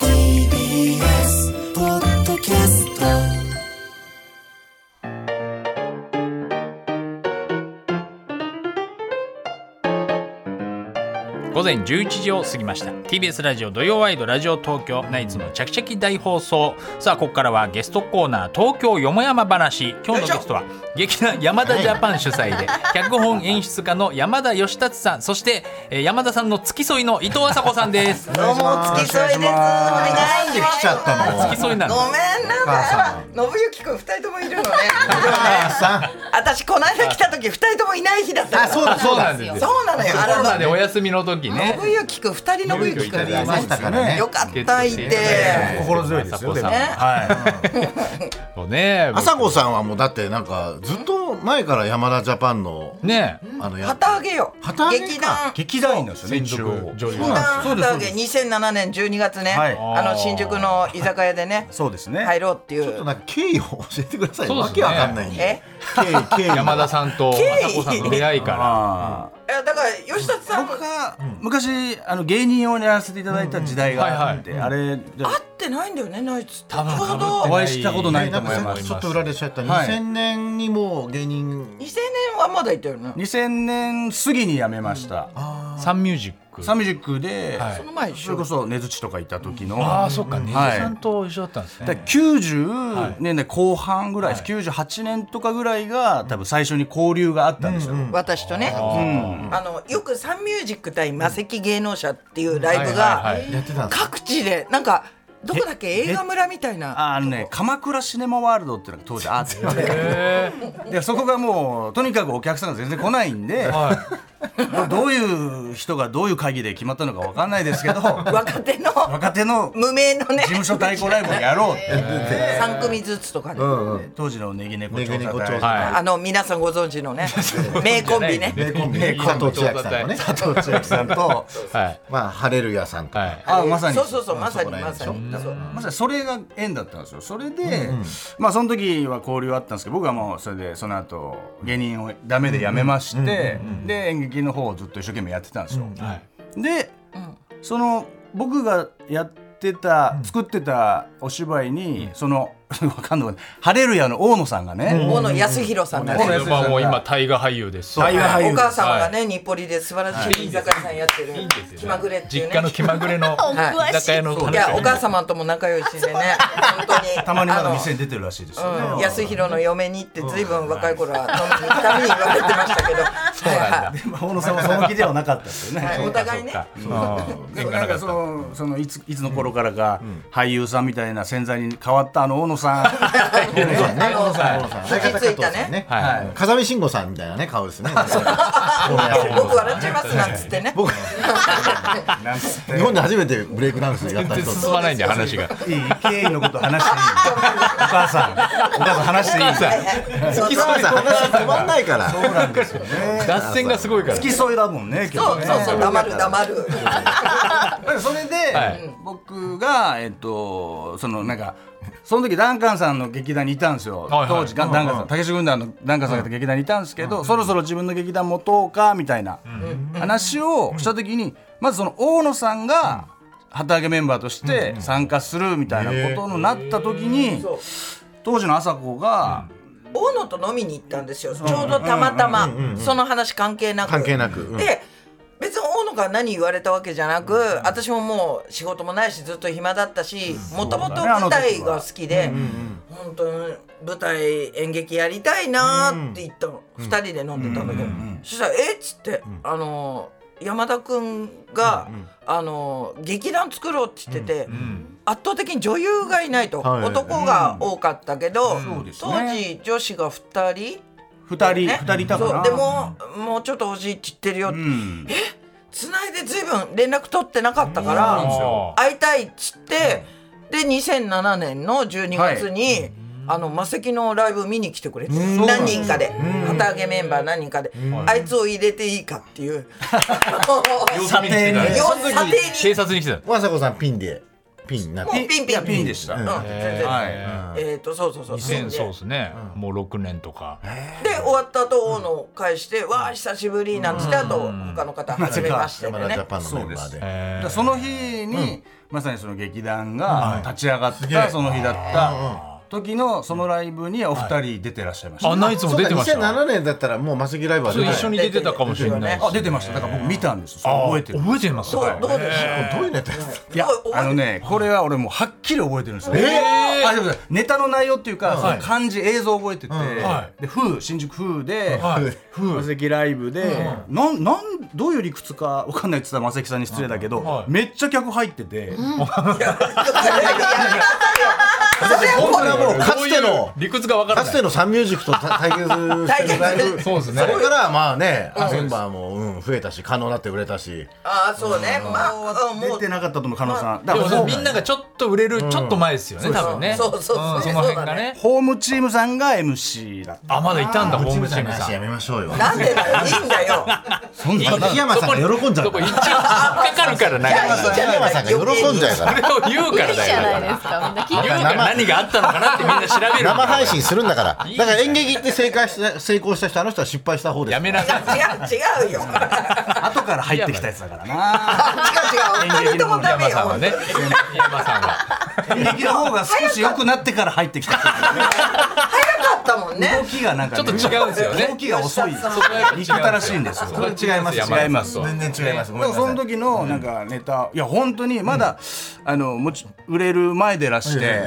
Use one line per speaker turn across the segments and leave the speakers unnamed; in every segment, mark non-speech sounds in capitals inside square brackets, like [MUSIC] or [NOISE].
TBS ポッドキャスト
午前11時を過ぎました TBS ラジオ土曜ワイドラジオ東京ナイツのチャキチャキ大放送さあここからはゲストコーナー東京よもやま話今日のゲストは劇団山田ジャパン主催で脚本演出家の山田義達さんそしてえー山田さんの付き添いの伊藤麻子さん
[LAUGHS]
です
どうも付き添いです。お願い
なん
し
で
ま
来
す。
ちゃったの
付き添いな
ご
の
めんなさい。信之くん二人ともいるのね。でもね私この間来た時二人ともいない日だったの。
あそうだそうだ
んで
そうなのよ。
コロナ
あ
でお休みの時ね
の信之くん二人信之くんでいましたからね。よかったいて。
心強いですよ
麻子
で
さん
も
はいそうね
朝子さんはもうだってなんかずっと前から山田ジャパンの
ね
あのや
旗揚げよ。
旗揚げか
劇団。
劇団員なんですよね
専
一
属
応
女優
劇団
そうで
旗
す
揚げ2007年12月ね、
はい
あの新宿の居酒屋でね
そうですね
入ろうってい
ちょっと
う
なんか経緯を教えてください、
そうで
わ
す
け
ね
わかんないん
え
で経緯経緯
[LAUGHS] 山田さんと麻子さんの出会いから
あ
いやだから吉田さん
僕が昔あの芸人をやらせていただいた時代があって、あれで
会ってないんだよねナイツって
多分
ちょう
被って
ど
お会いしたことない
な
と
ん
思
か
い
さっ
ま
き
す
ちょっと裏でしちゃった、
はい
2000年にもう芸人
2000年はまだいたよね
2000年過ぎに辞めました、
サンミュージック
サンミュージックで、
その前でし
それ
ょ
こそ根槌とかいた時の、
ああそっかねじ
はい
さんと一緒だったんです
だか
ね
ら90年代後半ぐらいです、98年とかぐらいが多分最初に交流があったんですよ、
私とねあのよくサンミュージック対魔石芸能者っていうライブ
はい
が
はいはい
やってたんです
各地でなんかどこだっけ映画村みたいな
あのね鎌倉シネマワールドっていうのが当時あってでそこがもうとにかくお客さんが全然来ないんで、ど [LAUGHS] どういう人がどういう会議で決まったのかわかんないですけど
若手の
若手の事
無名のね
務所対抗ライブを
[LAUGHS]
やろうって
[LAUGHS]
言って
3組ずつとかね
当時のネギネコ
ネ
調
ギネ
査
コ調
隊
査隊
あの皆さんご存知のね名コンビね
名コンビ
名コンビ
佐藤千秋さんとね佐藤千秋さんと
はい
まあ晴れる屋さんとか、
はい
あまさに
そうそうそうまさにまさ
そこら
にそう
まさにそれが縁だったんですよそれで、まあその時は交流あったんですけど僕はもうそれでその後芸人をダメで辞めまして、で演劇の方をずっと一生懸命やってたんですよ、
はい
で、その僕がやってた、作ってたお芝居に、その [LAUGHS] わかんない晴れる屋の大野さんがね、
大野康弘さんが
大野
ね
康
これはもう今大河俳優です
大河俳優
お母様がね日暮里で素晴らしい居酒屋さんやってる
いいんですよね
気まぐれってい
実
うね
家の気まぐれ
[LAUGHS]
の
はい
居酒屋の話
いやお母様とも仲良しでね本当に
たまにま
あ
だ
の
店に出てるらしいですよね、
うん、安弘の嫁にってずいぶん若い頃は飲みに行くたびに言われてましたけど
そうなんだ
でまあ大野さんはその気ではなかったですよね、
はいお互いね
そっか
でもなんかそのそのいついつの頃からか、俳優さんみたいな潜在に変わったあの大野さん
あの
相
落
方
ち着い
加
た
藤さん
ね
ね、
は
風見慎吾さんみたいなね顔ですね [LAUGHS]
僕笑っちゃいますなんつってね
僕
なんつって
日本で初めてブレイクダンスやった
全然
人
[LAUGHS]
進まないんで話が
いい経緯のこと話していいお母さんお母さん話していい
そうそう
さん話止まんないから
そうなんですよね
脱線がすごいから
付き添いだもんね今日ね
そうそう黙る黙る
それで、
はい
僕がえっとそのなんかその時ダンカンさんの劇団にいたんですよ、
いはい
当時、ダンカンさん武志軍団のダンカンさんが劇団にいたんですけど、そろそろ自分の劇団持とうかみたいな話をした時に、まずその大野さんが旗揚げメンバーとして参加するみたいなことになった時に、
そう
当時の朝子が、
大野と飲みに行ったんですよちょうどたまたまその話関係なく
関係なくうん
で別に大野から何言われたわけじゃなく私ももう仕事もないしずっと暇だったしもともと舞台が好きで本当に舞台演劇やりたいなーって言ったの2人で飲んでたんだけどそしたら「えっ?」つってあのー山田君があのー劇団作ろうって言ってて圧倒的に女優がいないと
はい
男が多かったけど
そうですね
当時女子が2人。
二人、
ね
二人いたか
そう
な
でももうちょっと欲しいって言ってるよって、え繋いでずいぶん連絡取ってなかったから
よ
会いたいっつって、で2007年の12月に、あの魔石のライブ見に来てくれて何人かで旗揚げメンバー何人かであいつを入れていいかっていう
査定に
よ査定
警察に来てた
わさこさんピンでピンになって
にもうピンピン
ピンでした
うん全然
は
えっとそうそうそう
2000そう
で
ですね、もう6年とか、
終わった後大野を返して「わあ久しぶり」なんつってあと他の方初めましてで
山田ジャ
ね
パンのメンバーで
え
その日にまさにその劇団が立ち上がったその日だった時のそのライブにお二人出てらっしゃいまし
ー、あ
た
ナイツも出てまし
そうか
た
2007年だったらもうマセキライブは
そう
出
一
ない
緒に出てたかもしれないし
あ出てましただから僕見たんですよそれ覚えてる
覚えてます
どうどうでし
どういうネタです
いや
おいおい
あのねこれは俺もうはっきり覚えてるんですよ
えー
あでもネタの内容っていうか、その漢字映像覚えてて、
は
で風新宿風で、
はい
マセキライブで、なんなんどういう理屈かわかんないって言ったらマセキさんに失礼だけど、
はい
めっちゃ客入ってて、
僕らもうかつ
どう
て
い
の
う理屈がわから
か
な
つ
い
てのサンミュージックとた対決してるライブ
そうですね
それからまあねメンバーもうん増えたし可能になって売れたし
ああそうねまああも
出
う
てなかったと思う加納さんだ
で
か
もそ
らも
う
う
みんながちょっと売れるちょっと前ですよね、多分ね
そうそうそう
うんその辺がね
ホームチームさんが MC だった
あまだいたんだホームチーム
の
さ
話
ん
やめましょうよ
なんでだよいいんだよ
そんな檜山さんが喜んじゃう
そこ
か
一応
ら
引っかかるからなんか
い
檜山さんが喜んじゃうから
それを言うから
じゃ
だ
な
よ
いですかみんな聞い
言うから何があったのかなってみんな調べる
生配信するんだからだから演劇って正解した成功した人あの人は失敗した方です
やめなさい
違う違うよ
後から入ってきたやつだからな
違う違う二人ともダ
山
メよ
さんはね山さんは
演劇の方が少し良くなってから入ってきたやつだか
早
ら
かったもんね
動きがなんか、
ちょっと違うんですよね
動きが遅い。
そこ
憎たらしいんですよ。
そこは違います
違います。
山
で
田
全然違いますごめんな
も
さい
その時のなんかネタ、いや本当にまだ、あのもち売れる前でらして、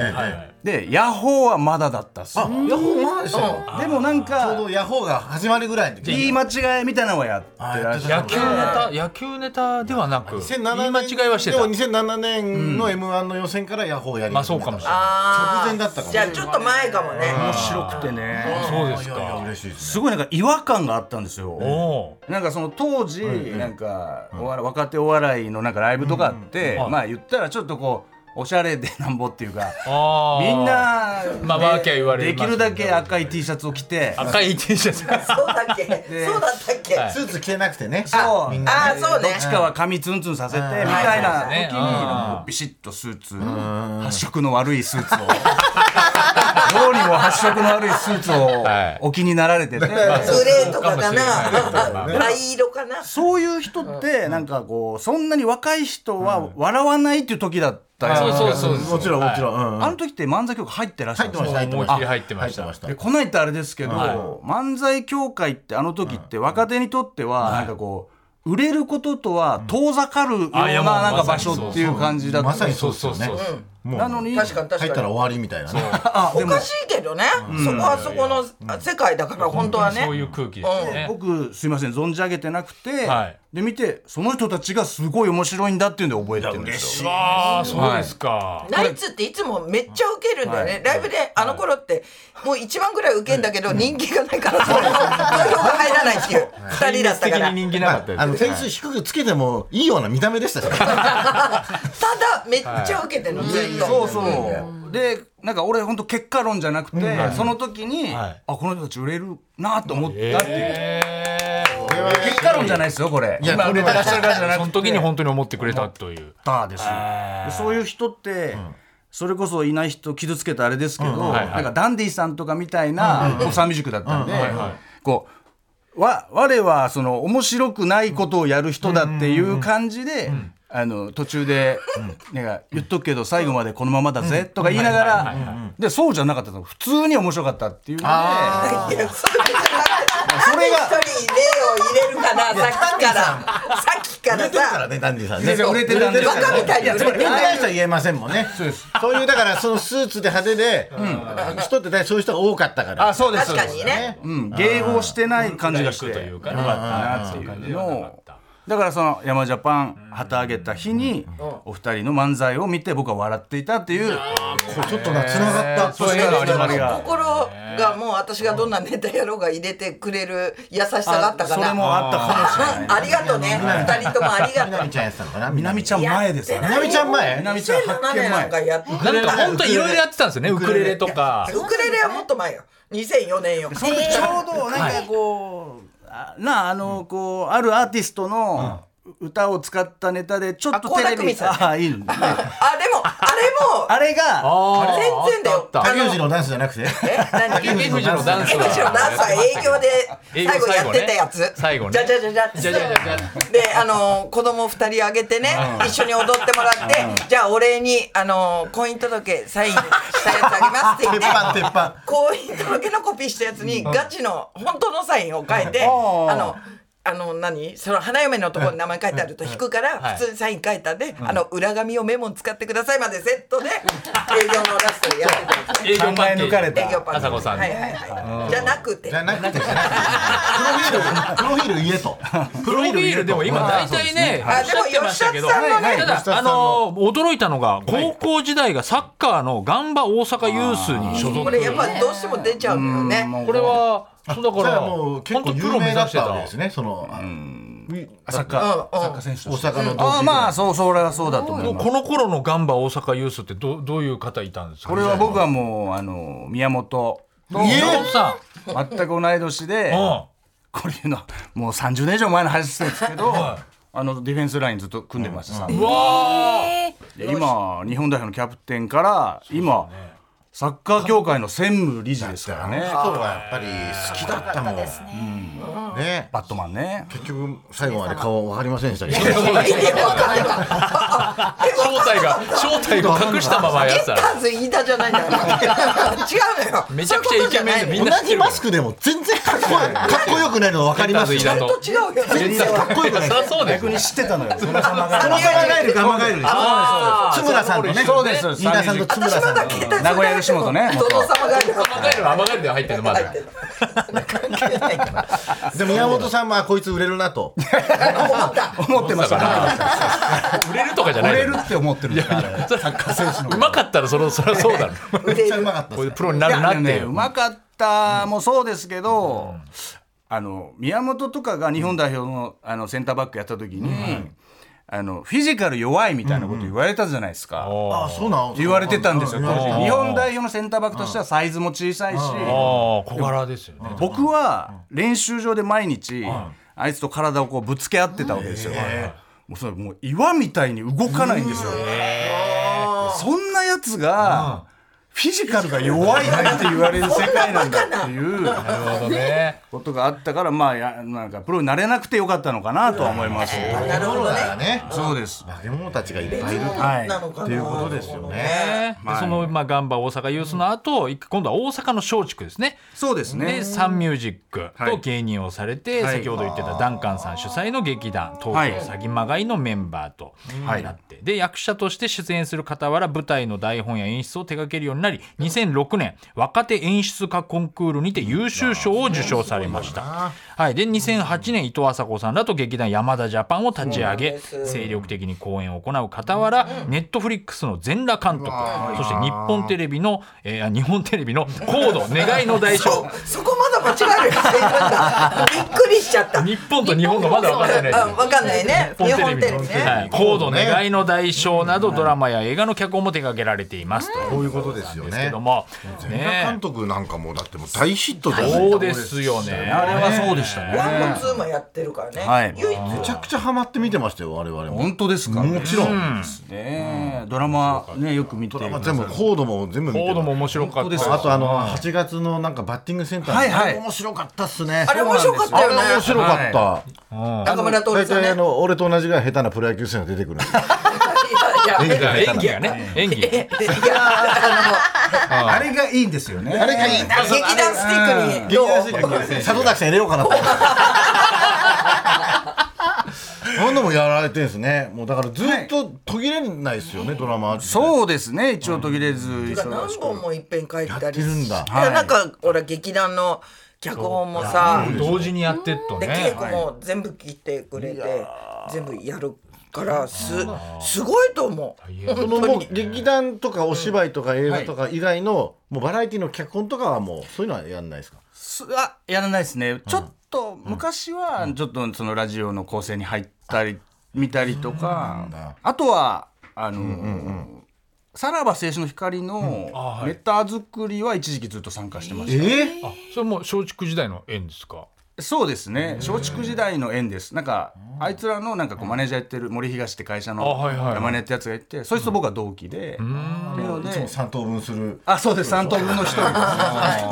でヤホーはまだだったっすよ。
ヤホーマンション
でもなん
ちょう
か
どヤホーが始まるぐらいの時
言い間違いみたいなのはやってらっしゃ
野
る。
球ネタ野球ネタではなく言い
2007
間違いはして
でも
た
2007年の m 1の予選からヤホーやり
まあそうかもしれな
い
あー
直前だったかも
じゃあちょっと前かもね
面白くてね、
いそうです
いやいや
か
嬉しいです
すごいなんか違和感があったんですよ。
おお
なんかその当時、なんかおわら若手お笑いのなんかライブとかあって、
うんうん
まあ言ったらちょっとこうおしゃれでなんぼっていうか
[LAUGHS] あー
みんな、
まあ
ね
ワーキャー言われ
で
ます
きるだけ赤い T シャツを着て
赤い T シャツ
そうだっけそうだったっけ
はい
スーツ着てなくてね
そう
みんな
ああそう
ど
ね
っちかは髪ツンツンさせてみたいな
そうですね
時
うん
にもうビシッとスーツ発色の悪いスーツを [LAUGHS] どうにも発色の悪いスーツを
はい
お気になられて
[LAUGHS]
て。
グレーとか
そうかもしれ
か
ない
な灰色かな
そういう人ってなんかこうそんなに若い人は笑わないっていう時だったよ、
そうそうそう
もちろんもちろんうんうん
あの時って漫才協会入ってらっしゃ
入
る
っ
んで
て
す
ま
か
した入ってました
思いっきり入ってました
入
でこないってあれですけど、漫才協会ってあの時って若手にとってはなんかこう、売れることとは遠ざかるよう
あいや
な
もう
なんか
まさ
場
に
所っていう感じだった、
まさに
そ
そうう
そう
です
そう
よねもう
なのに
確かに
入
確
った
から
終
に
わりみたいなね
あで
お
も
かしいけどねそこはそこの世界だから本当はね
そういう空気ですよね
僕すいません存じ上げてなくて、
はい
で見てその人たちがすごい面白いんだっていうんで覚えてるんですよ。
ああそうですか
ナイツっていつもめっちゃウケるんだよね、ライブであの頃ってもう一番ぐらいウケんだけど人気がないからそれも投票が入らないっていう二人だった
的
から
に人気なか
ま
った
ああの点数低くつけてもいいような見た目でしたし
ただめっちゃウケてるのずっと
そうそうでなんか俺本当結果論じゃなくて、その時に、
はい
あこの人たち売れるなと思ったっていう、
ええ
結果論じゃないですよこれ
いや
今売れてらっしゃるからじゃなくて
その時に本当に思ってくれたという
ったですよでそういう人って、それこそいない人傷つけたあれですけど、
はいはい
なんかダンディさんとかみたいな、こうサンミュージックだったんで、こうわ我はその面白くないことをやる人だっていう感じで。あの途中で、なんか言っとくけど最後までこのままだぜとか言いながら、でそうじゃなかったと普通に面白かったっていうので
[LAUGHS] いやそれじゃなくてなんで一人例を入れるかなさっきからさっきか
売れ
ら
てるから
さ
ねダンディさんね
全然売れてたんです
バカみたいに売れて
言え
な
ない
い
人は言えませんもんねそうですそういうだからそのスーツで派手で人って大体そういう人が多かったから
あそうです
確かにね
うん、迎合してない感じがして
というかよかったなっていう感じではなかった
だからその山ジャパン旗揚げた日にお二人の漫才を見て僕は笑っていたっていう
ちょっとな繋がった
そういうのがあります
心がもう私がどんなネタやろうが入れてくれる優しさがあったか
そ
ら
れもあったかもしれない
ありがとうね二人ともありが
み
と
な [LAUGHS]
う
みちゃんやってたのかなみな
南
み
ちゃん前ですよね
みなみちゃん前
南ちゃん
2007
発
年
見
なんか
前
やって
なんか本当いろいろやってたんですよねウクレレとか
ウクレレはもっと前よ2004年よ
その時ちょうどなんかこう、あなああのこうあるアーティストの歌を使ったネタでちょっと
あ倖
テレ
田來
ビ
未さんね
ああいいのね
あでもあ
あれが
あ
れも全然だよあ
竹
の
内のダンスじゃなくて
え何
竹内のダンス
エクションダンスは営業で
営業
最後やってたやつ
最後ね
じゃじゃじゃじゃっ
じゃじゃじゃじ
てであの子供二人あげてね一緒に踊ってもらってじゃあお礼にあの婚姻届サインしたやつあげますって言
鉄板
って
鉄板
婚姻届のコピーしたやつにガチの本当のサインを書いてあ
うん
のあの何その花嫁のところに名前書いてあると引くから
はい
普通にサイン書いたんであの裏紙をメモに使ってくださいまでセットで営業のラストでやってたんですよ
営業
考
パッ
え
ケ
抜かれ
ージ
営業
た
パーティー
朝子さんの
はいはいはいじゃなくて
じゃなくてプロフィールプロフィール言えと
プロフィールでも今大体ねお
あ
っしゃってましたけど
でも吉田さんのね
た
吉田
だ
さ
あ
んの
の驚いたのが高校時代がサッカーのガンバ大阪ユースに所
こ
属
れやっぱどうしても出ちゃうのよね
これはそうだ
そ
か
れ
ら
はもう結構
本当プ
有
ロ目
名
指
だっ
して
た
た
わけですねそのあの
サッカ
うんう
ー
ん
サッカー選手
大
として
阪の
ああまあ
そ
そうそれはそうだと思います
この頃のガンバ大阪ユースってどどういう方いたんですか
これは僕はもうあの宮本と
宮本さ
全く同い年で
んうん
これいうのはもう30年以上前の話なんですけどあのディフェンスラインずっと組んでました、
うわー
で今日本代表のキャプテンから今、サッカー協会の専務理事ですからね
人はやっぱり好きだったもんうんね
バットマンね
結局最後まで顔わかりませんでしたけど
正体が正体を隠したままやってたら
まず飯田じゃないんだから違うのよ
めちゃくちゃイケメンでみん
同
な知って
じ
るか
マ
ら
スクでも全然かっこ
[LAUGHS]
いいかっこよくないの分かりますよ
センターズ飯田
それと違うよ
全然かっこよくない
そりゃそうだよ
逆に知ってたのよその様
アマ
が
ガガエルかアマガエルです
あー
津村さんとね
そうです
飯田さんと津村さ
私ま
んの
だ携帯
名古屋吉本ね
殿様がいる
アマガエルはアマガエルでは入ってるのまだ
でも宮本さんはこいつ売れるなと
思ってましたから
[LAUGHS] 売れるとかじゃない
売
の
れるって思ってるんですからサッカー選手の
うまかったらそれそりゃそうだろ
めっちゃうまかっ
[LAUGHS]
た
これで
です
プロになるな
あ
っ
の
て
ね
いう
うまかったもそうですけど、あの宮本とかが日本代表のあのセンターバックやった時に、あのフィジカル弱いみたいなこと言われたじゃないですか、
あそうなん
言われてたんですよ
う
当
う
時日本代表のセンターバックとしてはサイズも小さ
あ
いし
あ小柄ですよね
僕は練習場で毎日あいつと体をこうぶつけ合ってたわけですよもうそれもう岩みたいに動かないんですよそんなやつがフィジカルが弱いなんて言われる世界なんだっていう
なるほど [LAUGHS] ね
ことがあったからまあやなんかプロになれなくてよかったのかなとは思います
なるほどね
ね
そうです
化け物たちがいっぱいいる
はい
なのかな
っていうことですよね
でそのまあガンバ大阪ユースの後一回今度は大阪の松竹ですね
そうです
で
ね
サンミュージック
は
と
い
芸人をされて、
はい
先ほど言ってたダンカンさん主催の劇団東
はい
京詐欺まがいのメンバーとなっ
はい
て、で役者として出演する傍ら舞台の台本や演出を手掛けるようになり2006年若手演出家コンクールにて優秀賞を受賞されました、はい、で2008年伊藤麻子さんらと劇団山田ジャパンを立ち上げ精力的に公演を行う傍らネットフリックスの全裸監督そして日本テレビの、えーあ日本テレビの「コード願いの代償」
そこまだ間違える人いるんだびっくりしちゃった
日本と日本がまだ分からない
うんわかんないね日本テレビね
はい、高度願いの代償などドラマや映画の脚本も手掛けられていますと
こういうことですよ
ですけ
ね
ども、
映画
ね
監督なんかもうだってもう大ヒットだよ
そうですよね
あれはそうでした
ワン
ね
もツーもやってるから
は
ね
い
唯一
めちゃくちゃハマって見てましたよ我々も
本当ですか
もちろん、
ねドラマねよく見て
まあ、全部コードも全部見て
高
る
度も面白かった
あとあの8月のなんかバッティングセンター、
はいはい
あれ面白かったっすね
あれ面白かったよね
あれ面白かった、
中村
大
徹さん
体あ
ね
の俺と同じぐらい下手なプロ野球選手が出てくるんですよ
いやいや
演技がね演技
いやあ
あれがいいんですよねあれがいい
の劇団スティックに
激安いから里崎さん入れようかなと思って何度もやられてるんですねもうだからずっと途切れないですよね、ドラマう
そうですね一応途切れず忙
何
しく
本もいっぺん書い
や
た
って
り
る
し
んだ
いやなんかほら劇団の脚本もさ
同時にやってっと
で
ね
稽古も全部聞いてくれて全部やるからすすごいと思う
そ
本
の
当
もう
に
劇団とかお芝居とか映画とか以外のもうバラエティの脚本とかはもうそういうのはやんないですか
すあやらないですね、ちょっと昔はちょっとそのラジオの構成に入ったり見たりとかあとはあの、さらば青春の光のネタ作りは一時期ずっと参加してました、
え
あそれも松竹時代の縁ですか
そうですね松竹時代の縁ですなんかあいつらのなんかこうマネージャーやってる森東って会社
あ
の
はいはい
山根ってやつがいてそいつと僕は同期で、っていうので
三等分する
あそうです3等分の一人で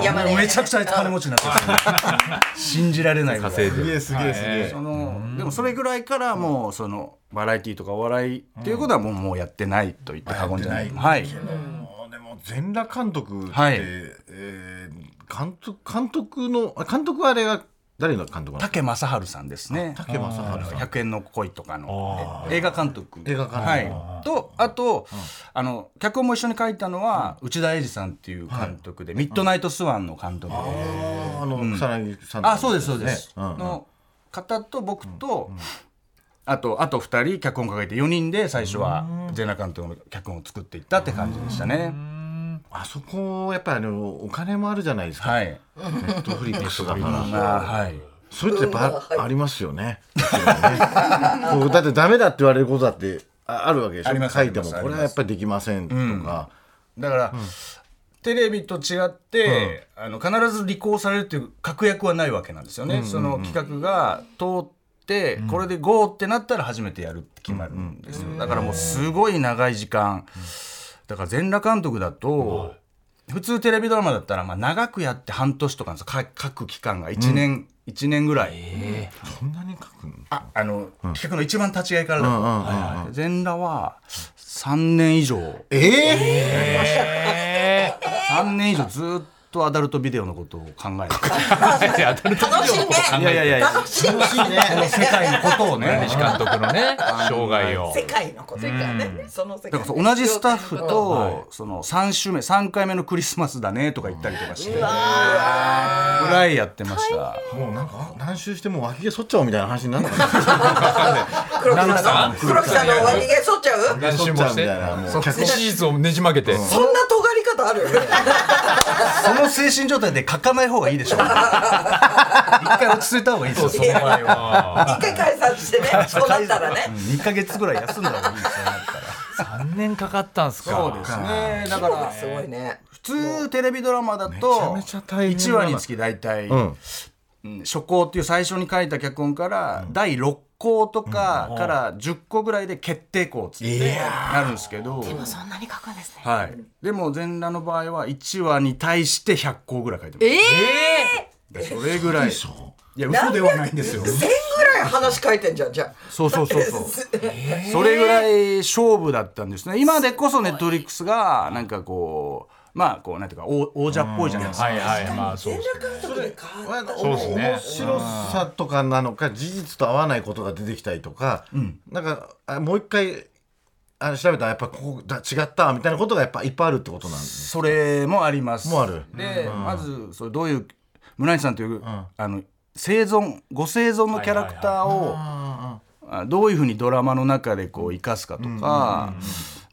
す
山根
めちゃくちゃあいつ金持ちになってるんですよね [LAUGHS] 信じられないぐらい
稼いです
げえすげえすげえ
そのでもそれぐらいからもうそのバラエティーとかお笑いっていうことはもう,、もうやってないと言って過言じゃな
や
い
ってな
はい
もうでも全裸監督って、
はい
えー監督監督のあ監督はあれが誰の監督なの
竹正治さんですね
竹正治さん
100円の恋とかのえ映画監督
映画監督
はい、とあと、あの脚本も一緒に書いたのは内田英二さんっていう監督で、ミッドナイトスワンの監督で、
あの草薙さん
あそうですそうです、
ねうん
の方と僕と、あとあと2人脚本抱えて4人で最初は全裸監督の脚本を作っていったって感じでしたね
あそこやっぱりあのお金もあるじゃないですか
はい
ネットフリックスだから
あはい
そういうのってやっぱありますよね。 [LAUGHS] こうだってダメだって言われることだってああるわけでし
ありま
ょ。
す
書いても
あります
これはやっぱりできませんとか。
だから、テレビと違って、あの必ず履行されるという確約はないわけなんですよね、その企画が通って、これで GO ってなったら初めてやるって決まるんですよ、だからもうすごい長い時間、だから全裸監督だと、普通テレビドラマだったら、まあ、長くやって半年とかなんですよか書く期間が1年、一年ぐらい、
そんなに書くの
ああの、企画の一番立ち合いからだと、はいはい全裸は3年以上。
ええ
3年以上ずっとアダルトビデオのことを考えて
[LAUGHS]
楽しんで
[LAUGHS] いやいやいやいやこ
楽しんで
の世界のことを [LAUGHS] ね
西監督のね生涯を
世界のことだねその世界
だからそう同じスタッフとその3週目3回目のクリスマスだねとか言ったりとかしてぐらいやってました
もうなんか何周してもう脇毛剃っちゃおうみたいな話になるのか
[LAUGHS]
な。
黒木さんの黒木さんの割り毛剃っちゃう
何周
剃っ
も
ちゃう
し
み
て
たいなもう
その
脚
史実をねじ曲げて
そんな尖り方ある
その精神状態で書かない方がいいでしょ [LAUGHS] 一回落ち着いた方がいいですよその場合は
一回解散してねそうなったらね
2か月ぐらい休んだ方がいいですよだったら
3年かかったんすか
そうですねだから
すごいね
普通テレビドラマだ
め
と
ちゃめちゃ大変だ
1
な
話につき大体、
ん
うん初稿っていう最初に書いた脚本から第6稿とかから10個ぐらいで決定稿っつってなるんですけどでもそんなに書くんですね、はい、でも全裸の場合は1話に対して100稿ぐらい書いてますええそれぐらいいや嘘ではないんですよ
1000ぐらい話書いてんじゃんじゃ
そうそうそうそう。それぐらい勝負だったんですね。今でこそネットフリックスがなんかこうまあこうなんていうか王王者っぽいじゃないですか。
はいはいまあそうですね
そうですね面白さとかなのか事実と合わないことが出てきたりとか、なんかあもう一回あれ調べたらやっぱここだ違ったみたいなことがやっぱいっぱいあるってことなんです。
それもあります。
もある
で、まずそれどういう村西さんという、あの生存ご生存のキャラクターを、あどういうふうにドラマの中でこう生かすかとか、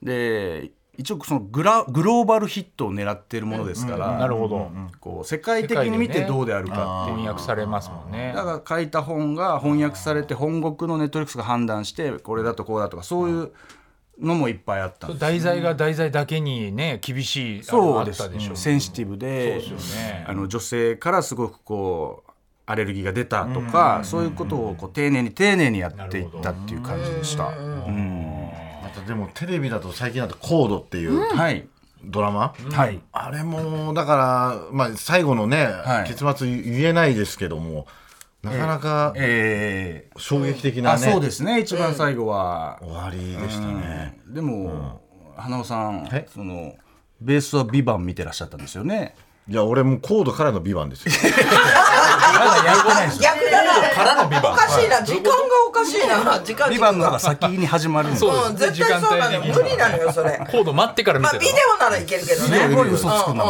で一応そのグラグローバルヒットを狙ってるものですから、
なるほど
こう世界的に見てどうであるかっていう。
翻訳されますもんね
だから書いた本が翻訳されて本国のネットリックスが判断してこれだとこうだとかそういうのもいっぱいあったんです
題材が題材だけにね厳しいあの
そ
あ
う
っ
で
た
す
でしょう
センシティブで
そうですよね
あの女性からすごくこうアレルギーが出たとかそういうことをこう丁寧に丁寧にやっていったっていう感じでした。うん
またでもテレビだと最近だとコードっていう
はい
ドラマ、
はい
あれもだから、まあ、最後のね、
はい
結末言えないですけどもなかなか
えー
衝撃的な
あ
ね、
そうですね一番最後は
終わりでしたね。
でも花尾さん
はい
そのベースは「ビバン見てらっしゃったんですよね。
いや俺もうコードからの「ビバンですよ。
あ逆だなおかしいな時間がおかしいな時間
ビ
軸
バンの方が
が
先に始まるんです
そう
うん
ですね
絶対そうなのよ
時間帯的には
無理なのよそれ
コード待ってから見
まあ
てた
ビデオならいけるけどね
すごい嘘つくな。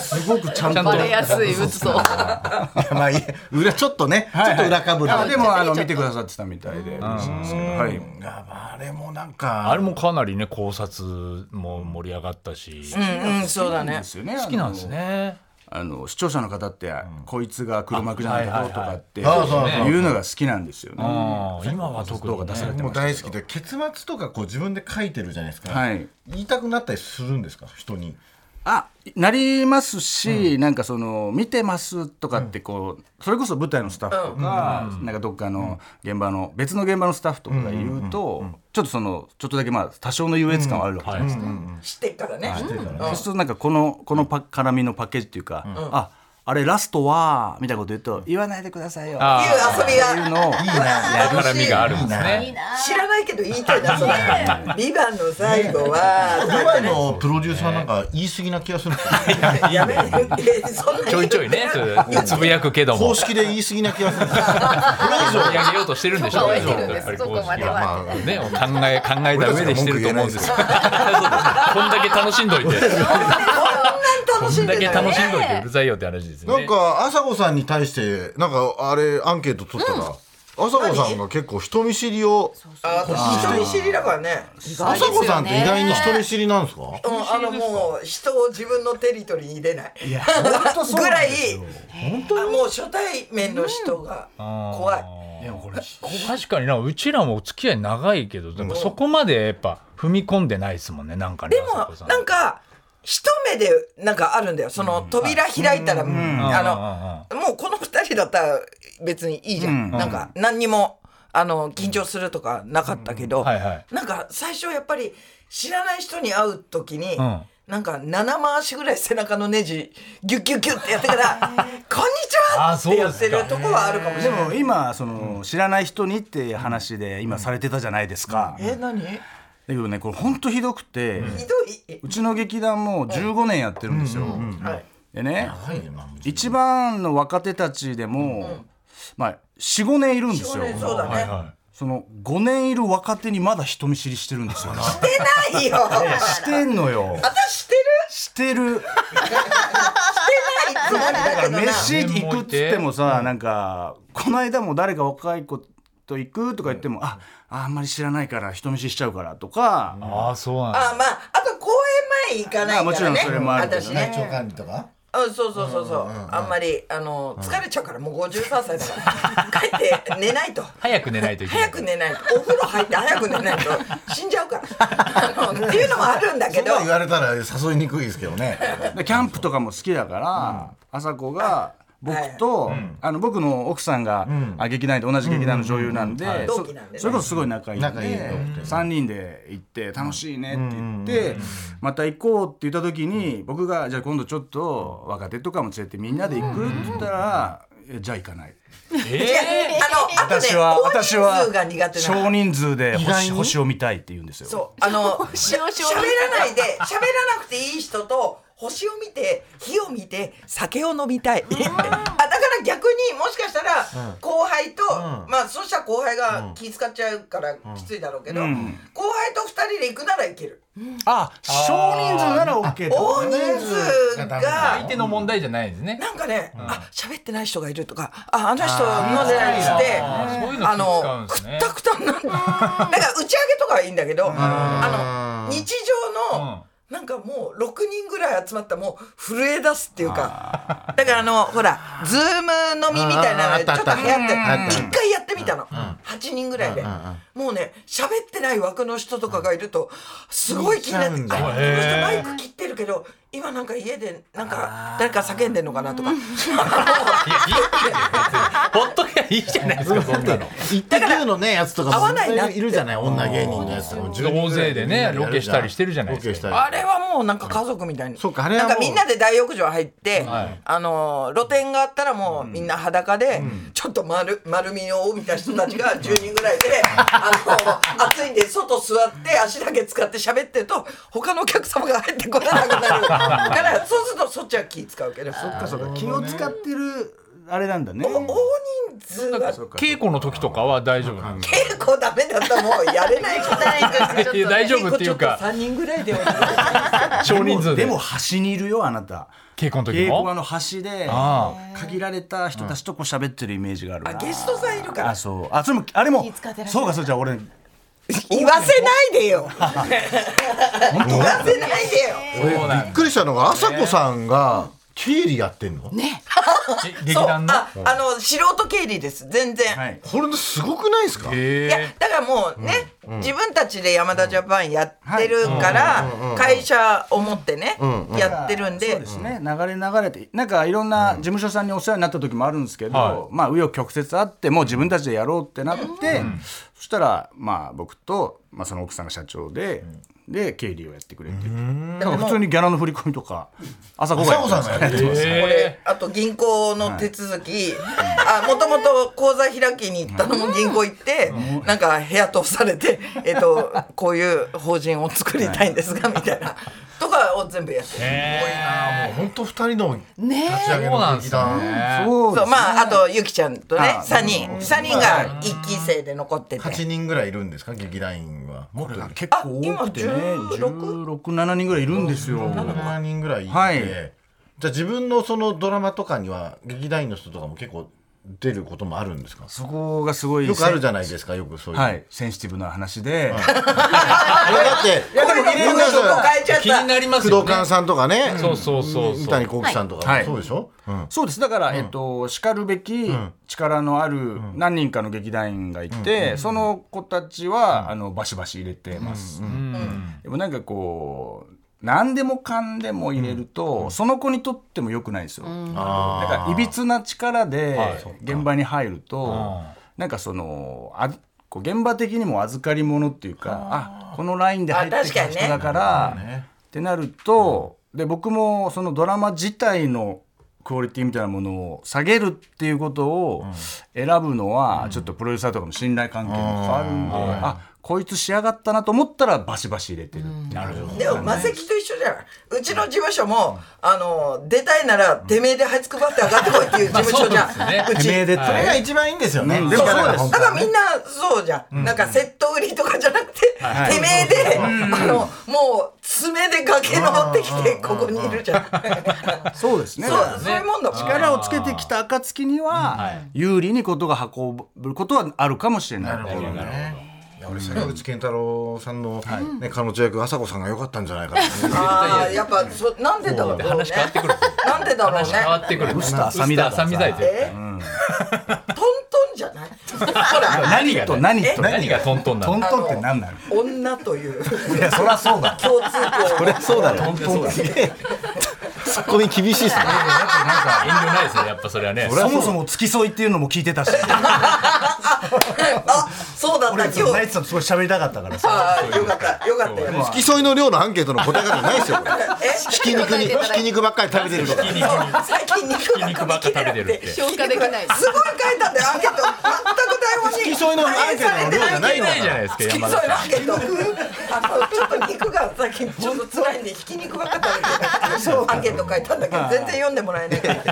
すごくちゃんと
バレやすい、うつそう。
まあいい裏ちょっとね、ちょっと裏かぶる、
あでもあの見てくださってたみたいで嬉しいですけどはい
あれもなんか
あれもかなりね考察も盛り上がったし
うんうんそうだね
ですよね
好きなんですね
あの視聴者の方ってこいつが黒幕じゃないかどうとかって
はいはいはいあそうそうそう
いうのが好きなんですよね
あー今は特
動画
に
出され
ね
て
もう
ました
大好
けど
きで結末とかこう自分で書いてるじゃないですか、
はい
言いたくなったりするんですか人に
あなりますし、なんかその見てますとかってこう、それこそ舞台のスタッフとか、なんかどっかの現場の、別の現場のスタッフとかが言うと、ちょっとそのちょっとだけまあ多少の優越感はあるわけじゃないですか、
知ってっからね
そうするとなんかこのこのパ絡みのパッケージっていうか、ああれラストはみたいなこと言うと言わないでくださいよっ
い
て
う遊び
いう
が
のを
絡みがあるんですね
知らないけど言いたいなそれ「ビバンの最後は
今のプロデューサーなんか言い過ぎな気がするんですよ
や [LAUGHS] めてそんなに
ちょいちょいね
[LAUGHS]
そうつぶやくけども
公
盛
式で言い過ぎな気がするんですよ
り上げようとしてるんでしょうね
そうです
やっぱり
そこ
公式
までは
はね考え考えた上でしてると思うんですよそうですこんだけ楽しんどいて
こんなに
こ
楽し
ん
ん
だ
でた
け
よ
楽しんどいてうるさいよって話ですよ
[LAUGHS] なん
ね
か朝子さんに対してなんかあれアンケート取ったら、朝子さんが結構人見知りを
あ私人見知りだからね
朝子さんって意外に人見知りなんですか
うんあのもう人を自分のテリトリーに入れない
そう
ぐ
なん
らい
ですよ
あもう初対面の人が怖い
いやこれ
確かになうちらもお付き合い長いけどでもそこまでやっぱ踏み込んでないですもんねなんかね
で
あさ
も
こさ
なんか一目でなんかあるんだよその扉開いたらあのもうこの二人だったら別にいいじゃん、なんか何にもあの緊張するとかなかったけど、
はいはい
なんか最初やっぱり知らない人に会う時に、
ん
なんか7回しぐらい背中のネジギュッギュッギュッってやってから「こんにちは!」
あ
っ
そう
てや
で
っ
す
て
か
るとこはあるかもし
で
れない。
も今その、知らない人にっていう話で今されてたじゃないですか、だ
え何ひ
けどねこれほんとひどくて、う
どいう
ちの劇団も15年やってるんですよ、
はい
でね
はいな
一番の若手たちでも、まあ45年いるんですよ
45年そうだねはい
その5年いる若手にまだ人見知りしてるん [LAUGHS] ですよね
してないよ
してんのよ
[LAUGHS] 私してる
してる
いつもだけどな
飯行くっつってもさなんかこの間も誰か若い子と行くとか言っても、ああんまり知らないから人見知りしちゃうからとか、
ああそうなんだ
あまああと公演前行かないからね
まあもちろんそれもあるけどね
私
体
ね
調管理とか
うんそうそうそうそうあんまりあの疲れちゃうからもう53歳だから帰って寝ないと
早く寝ないといけない
早く寝ないとお風呂入って早く寝ないと死んじゃうからあのっていうのもあるんだけ
そん
ど
な言われたら誘いにくいですけどね
でキャンプとかも好きだから、朝子が僕と、あの僕の奥さんが、あ劇団で同じ劇団の女優なんで,そ、
同期なんでね
それこそすごい仲いいんで
仲いいよって
3人で行って楽しいねって言って、また行こうって言った時に僕がじゃあ今度ちょっと若手とかも連れてみんなで行くって言ったら、えじゃあ行かない。
え
あのあとね
私は
大
私は
人数が苦手な
少
の
人数で
外
星
に
星を見たいって言うんですよ。
そうあの [LAUGHS] し
星
ゃ
を
喋らないで喋らなくていい人と星を見て火を見て酒を飲みたい [LAUGHS] あだから逆にもしかしたら後輩と、まあそうしたら後輩が気遣っちゃうからきついだろうけど、後輩と二人で行くならいける
あ少人数なら OK だ。
大人数
がダメ
が
相手の問題じゃないんですね
なんかね、あ喋ってない人がいるとかああの人飲んでないりして
あーそういうの気
あ
使うん
の
で
く
す
っ
ね
たくたになるだから打ち上げとかはいいんだけどあの日常のなんかもう6人ぐらい集まったらもう震え出すっていうかだからあのほらズーム飲みみたいな
あーあ
の
っ
ちょ
た
っと流行って
あったあった
一回やってみたの8人ぐらいでもうね喋ってない枠の人とかがいるとすごい気になってあ
見
こ
ちゃ
の人マイク切ってるけど今なんか家でなんか誰か叫んでんのかなとか。
いやいいんだよ別にほっときゃいいじゃないですかそんなの
一滴牛のねやつとか
合わないなって
いるじゃない女芸人のやつも10人ぐらい
大勢でねロケしたりしてるじゃない
ロケ
で
し
す
た
か
り
あれはもうなんか家族みたいに。
そうかあれはもう
なんかみんなで大浴場入って、
はい
あのー露店があったらもうみんな裸で、ちょっと丸丸みを帯びた人たちが10人ぐらいで、あのー暑いんで外座って足だけ使って喋ってると他のお客様が入ってこれなくなる。だからそうするとそっちは気使うけど。
そっかそっか気を使ってるあれなんだね
大人数が
稽古の時とかは大丈夫なんです
結構ダメだったらもうやれないじゃないか
いや大丈夫っていうか
3人ぐらいでお願いし
少人数
で
で
も端にいるよあなた
稽古の時
稽古場
も
の端で
あ
限られた人たちとこう喋ってるイメージがあるな
ますゲストさんいるから
あそうあそれもあれも
気使ってらっしゃ
そ
る
うかそうかじゃあ俺
言わせないでよ言わせないでよ
俺びっくりしたのが朝子さんが経理やってんの、
え劇
そう
団の
ああの素人経理です全然、、
はいい
これですごくないですか、
やだからもうね、自分たちで山田ジャパンやってるから、会社を持ってね、やってるんで
そうですね流れ流れてなんかいろんな事務所さんにお世話になった時もあるんですけど、
は
まあ紆余曲折あってもう自分たちでやろうってなって、そしたらまあ僕と、まあ、その奥さんが社長で、で経理をやってくれてるだから普通にギャラの振り込みとか朝子がやってます
朝子さんがやってる
これあと銀行の手続き、あもともと口座開きに行ったのも銀行行って、なんか部屋通されて、えっとこういう法人を作りたいんですが、みたいなとかを全部やってる、
あもう本当二人の
ね
立ち上げ
そうなんで
の劇
すね
団、
そう
そうまああとゆきちゃんとね
あ
3人3人が一期生で残ってて
8人ぐらいいるんですか劇団員はもっといる
結構多くてね
あ今
1617人ぐらいいるんですよ
7人ぐらいいて、
はい
じゃあ自分のそのドラマとかには劇団員の人とかも結構出ることもあるんですか
そこがすごい
よくあるじゃないですかよくそういう、
はいセンシティブな話で、
いやだって
これが僕のとこ変えちゃっ
気に
た
なります
工
よ
藤
ね
勘さんとかね、
そうそうそうそう
三谷幸喜さんとか、
はい
そうでしょ、うん
そうですだから、えっとしかるべき力のある何人かの劇団員がいて、その子たちは、あのバシバシ入れてます、でもなんかこう何でもかんでも入れると、その子にとっても良くないですよ、なん
あ
かいびつな力で現場に入ると、なんかそのあこう現場的にも預かり物っていうかあこのラインで入ってき
あ
た
確かにね
人だから、ってなると、で僕もそのドラマ自体のクオリティみたいなものを下げるっていうことを選ぶのは、ちょっとプロデューサーとかの信頼関係も変わるんで、あこいつ仕上がったなと思ったらバシバシ入れてるってなるほど
でもマセキと一緒じゃないうちの事務所もあの出たいならてめえで這いつくばって上がってこいっていう事務所じゃん、
[LAUGHS] まあそうですね
うち
てめえでって
あれが一番いいんですよね、
うん
で
で
も
も
だから
そう
本当
だから
に
みんなそうじゃん、なんかセット売りとかじゃなくて、 [LAUGHS] てめえで、あのもう爪で崖登ってきてここにいるじゃん、
そうですね
そうそういうもんだもん
力をつけてきた暁には有利にことが運ぶことはあるかもしれない
なるほどねいや俺坂口健太郎さんの、ね、彼女役朝子さんが良かったんじゃないかなと思って
あーやっぱそなんでだろうね
話変わってくる
なんでだろうね
話変わってくる
ウスター浅見だ
ウスター浅見だよ絶
えトントンじゃないほら
何と何と
対何がトントンな
ト
の
ントンって何なの
女という
いやそりゃそうだ
共通項が
そうだろ
ツッコミ厳しいです
遠
ね
慮ないですねやっぱそれはね
そもそも付き添いっていうのも聞いてたし
あそうだった
俺
今
そうナイ
日
ツさんとすごい喋りたかったからさ
あーよかったよかったよ
付き添いの量のアンケートの答え方ないですよこれ
え
ひき肉にひき肉ばっかり食べてるとか
そう最近肉ばっか食べてるって
消化できな
す
い
ごい書いたんだよアンケート全く台本に
付き添いのアンケートの量じゃないの
ないじゃないですか
付き
山
添
田
いの
さ
アンケートあのちょっと肉が最近ちょっと辛いんでひき肉ばっか食べてるアンケート書いたんだけど全然読んでもらえないから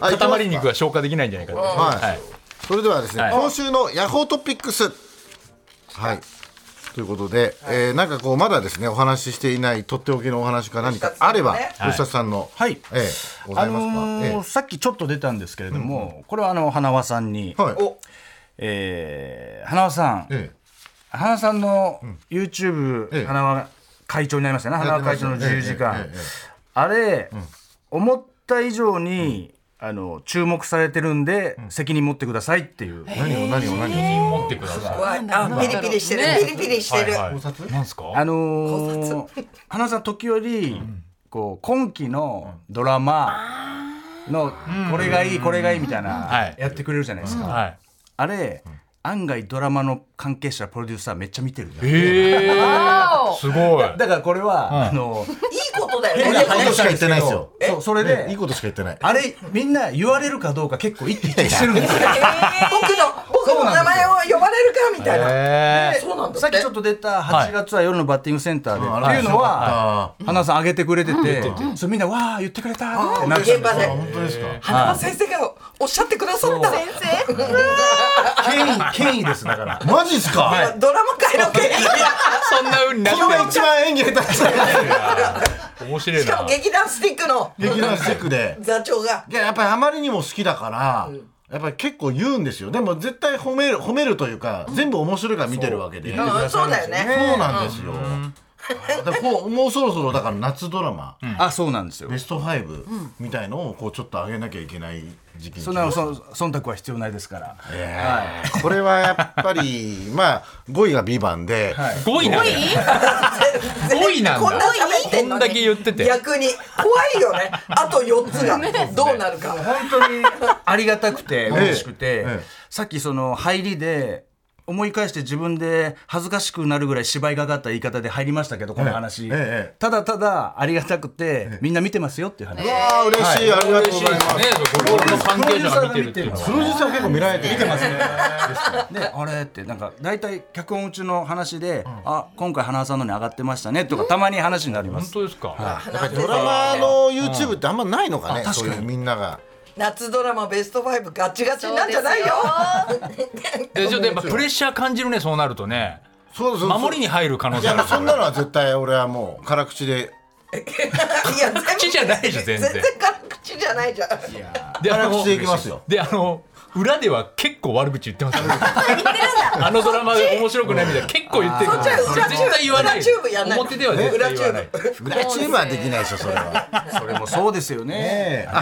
あ
ん塊肉が消化できないんじゃないかと
はい、
はい
それではですね、
はい
今週のヤホートピックスはいということで、えーなんかこうまだですねお話ししていないとっておきのお話か何かあれば
吉
吉田さんの、
はい
えーございますか、
あのー
えー
さっきちょっと出たんですけれども、これはあの花輪さんに、
はい
お
えー花輪さん、
え
花輪さんの YouTube、
ええ
花輪会長になりましたね花輪会長の
やってま
10
した
時
ね
間、
ええええええ
あれ、思った以上に、あの注目されてるんで、責任持ってくださいっていう、
ー何を何を何を、
持ってくださ
怖いあピリピリしてるピリピリしてる
いはいなんすか
あのー、花輪さん時折、こう今期のドラマの、これがいいこれがいいみたいな、
はい
やってくれるじゃないですか、
はい
あれ、案外ドラマの関係者プロデューサーめっちゃ見てるじゃん
え
わ
ーすごい
だからこれは、あの
いいことだよ
変な
ね
ことしか言ってないですよ
そうそれで、
いいことしか言ってない
あれみんな言われるかどうか結構一気にしてるんですよ
僕の僕の名前を呼ばれるかみたいな
え
そうなんだ
さっきちょっと出た8月は夜のバッティングセンターで、っていうのは花さん上げてくれてて、そうみんなわあ言ってくれたってなっ
現場で
本当ですか
花輪先生がおっしゃってくださった
先生
権威権威ですだからマジっすか、
[LAUGHS] ドラマ界の経
そんな風になっ
これが一番演技下手くそ
面白
営
い
しか
な
も劇団スティックの
[LAUGHS] 劇団スティックで
座長
[LAUGHS]
が
いややっぱりあまりにも好きだから、やっぱり結構言うんですよでも絶対褒める褒めるというか、全部面白いから見てるわけでそう,、
うんそうだよね
なんですよ、だからこうもうそろそろだから夏ドラマ、
あそうなんですよ
ベスト5みたいのをこうちょっと上げなきゃいけない時期に
そんなのそ忖度は必要ないですから
えーこれはやっぱりまあ5位が「ビバンで、
5位なんだよ5位なん
こんな
だ
喋ってん
こ
の
んだけ
に
言ってて
逆に怖いよねあと4つ
[LAUGHS]
がどうなるか
本当にありがたくて嬉しくて、
ええ
さっきその入りで思い返して自分で恥ずかしくなるぐらい芝居がかった言い方で入りましたけどこの話、
ええええ
ただただありがたくて、みんな見てますよっていう話、
うわあ嬉しい、ありがとうございます
ね心の関係者が見てるっていうの
プ
は
ロデューサー結構見られてる
であれってなんか大体脚本うちの話で、あ今回花輪さんのに上がってましたねとかたまに話になりま
本
す、
当ですか
ドラマの YouTube ってあんまないのかね、そういうみんなが
夏ドラマベスト5ガチガチなんじゃないよ
えちょっとやっぱプレッシャー感じるねそうなるとね
そうそうそう
守りに入る可能
い
性ある
やそんなのは絶対俺はもう辛口で
いや全部
[LAUGHS] 口じゃないでしょ全
[LAUGHS]
然
全然口じゃないじゃん
であ
辛
の
口でいきますよ
であの裏では結構悪口言ってますよ [LAUGHS] あのドラマ面白くないみたいな結構言ってる
そっちは裏チューブ
絶対言わない
裏チューブやんない
表では絶対言わない
裏チームはできないですよそれは
それもそうですよね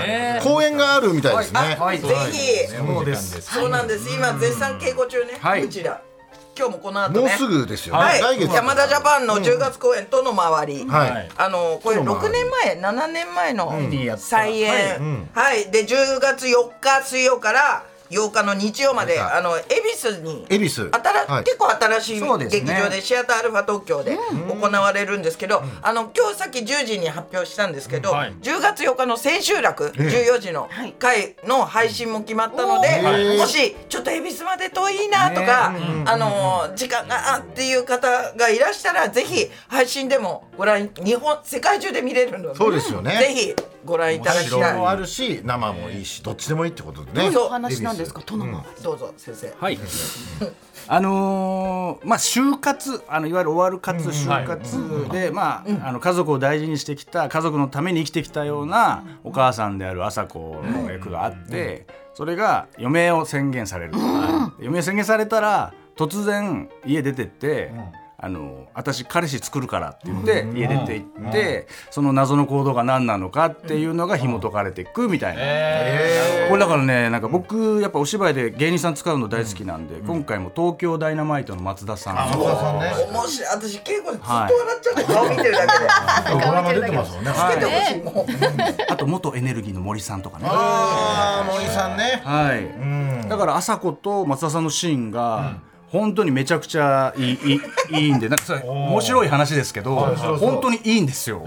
ええあ公演があるみたいですね
はい
ぜひ
そうです
そうなんです今絶賛稽古中ね
はいう
ちら今日もこの後
もう
ね
すぐですよね、
は
来
い
月
山田ジャパンの10月公演との周り
はい、
あのこれ
そうなの
6年前7年前の
にやった
再演はい、で10月4日水曜から8日の日曜まであの恵比寿に
恵比寿
あたら
はい
結構新しい
そうですね
劇場でシアターアルファ東京で行われるんですけど、あの今日さっき10時に発表したんですけど、
はい
10月4日の千秋楽14時の回の配信も決まったので、
はい
もしちょっと恵比寿まで遠いなとか、あのー時間があっていう方がいらしたらぜひ配信でもご覧日本世界中で見れるので
そうですよね
ぜひご覧いただき
白も
た
あ
い。
るし生もいいしどっちでもいいってことでね
そう
お話なんですかトナマン
どうぞ先生
はい
あのーまあ就活あのいわゆる終わる活就活でまああの家族を大事にしてきた家族のために生きてきたようなお母さんである朝子の役があってそれが余命を宣言される余命宣言されたら突然家出てって。あの私彼氏作るからって言って家出て行ってその謎の行動が何なのかっていうのが紐解かれていくみたいなこれだからねなんか僕やっぱお芝居で芸人さん使うの大好きなんで、今回も東京ダイナマイトの松田さん
松田さんね
面白い私稽古でずっと笑っちゃって顔見てるだけで。
ドラマ出てますもんね、
つけてほしいもう
あと元エネルギーの森さんとかね
ああ森さんね
はい、だから朝子と松田さんのシーンが、本当にめちゃくちゃいいいいいいんでなんかそれ面白い話ですけど本当にいいんですよ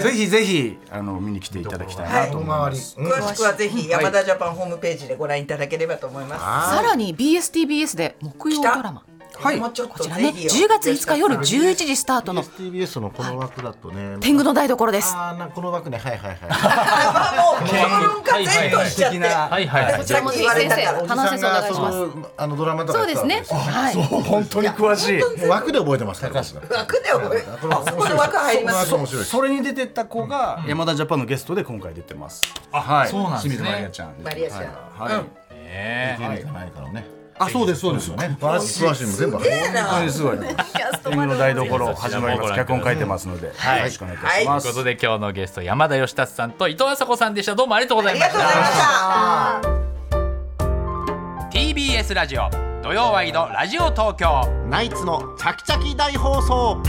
ぜひぜひあの見に来ていただきたいなと思います、
詳しくはぜひ山田ジャパンホームページでご覧いただければと思いま
さらに BSTBS で木曜ドラマ
す。はい、もうちょっと
こちら
ぜ
ね
ひよ
10月5日夜11時スタートの
TBS のこの枠だとね
天狗の台所です
あーなこの枠ねはいはいはい
あもう評論家全としちゃって、
はいはいはい
こちらもぜひ先生
お
お話しお願いし
そ
ます
のあのドラマとか
そ
や
う
って
で
た
す
わけです
ね
よ
はい
本当に詳しい
枠で覚えてますから僕
枠で覚えあそこで枠入りま
この
す
枠面白いです
それに出てった子が山田ジャパンのゲストで今回出てます、はい
そうなんですね
清水まりあちゃんで
マリアちゃん
はい、はい
ね
テレビがないからね
あそうですそうです
よね詳しい詳しいも全部入ってる
本当にすごい。天狗の台所始まります。脚本書いてますので、よろしくお願いいたしま
というこ
す
と。で今日のゲスト山田義達さんと伊藤麻子さんでしたどうもありがとうござ
あ
い
り
ま
が
し
とうございま
た
した。
TBS ラジオ土曜ワイドラジオ東京
ナイツのチャキチャキ大放送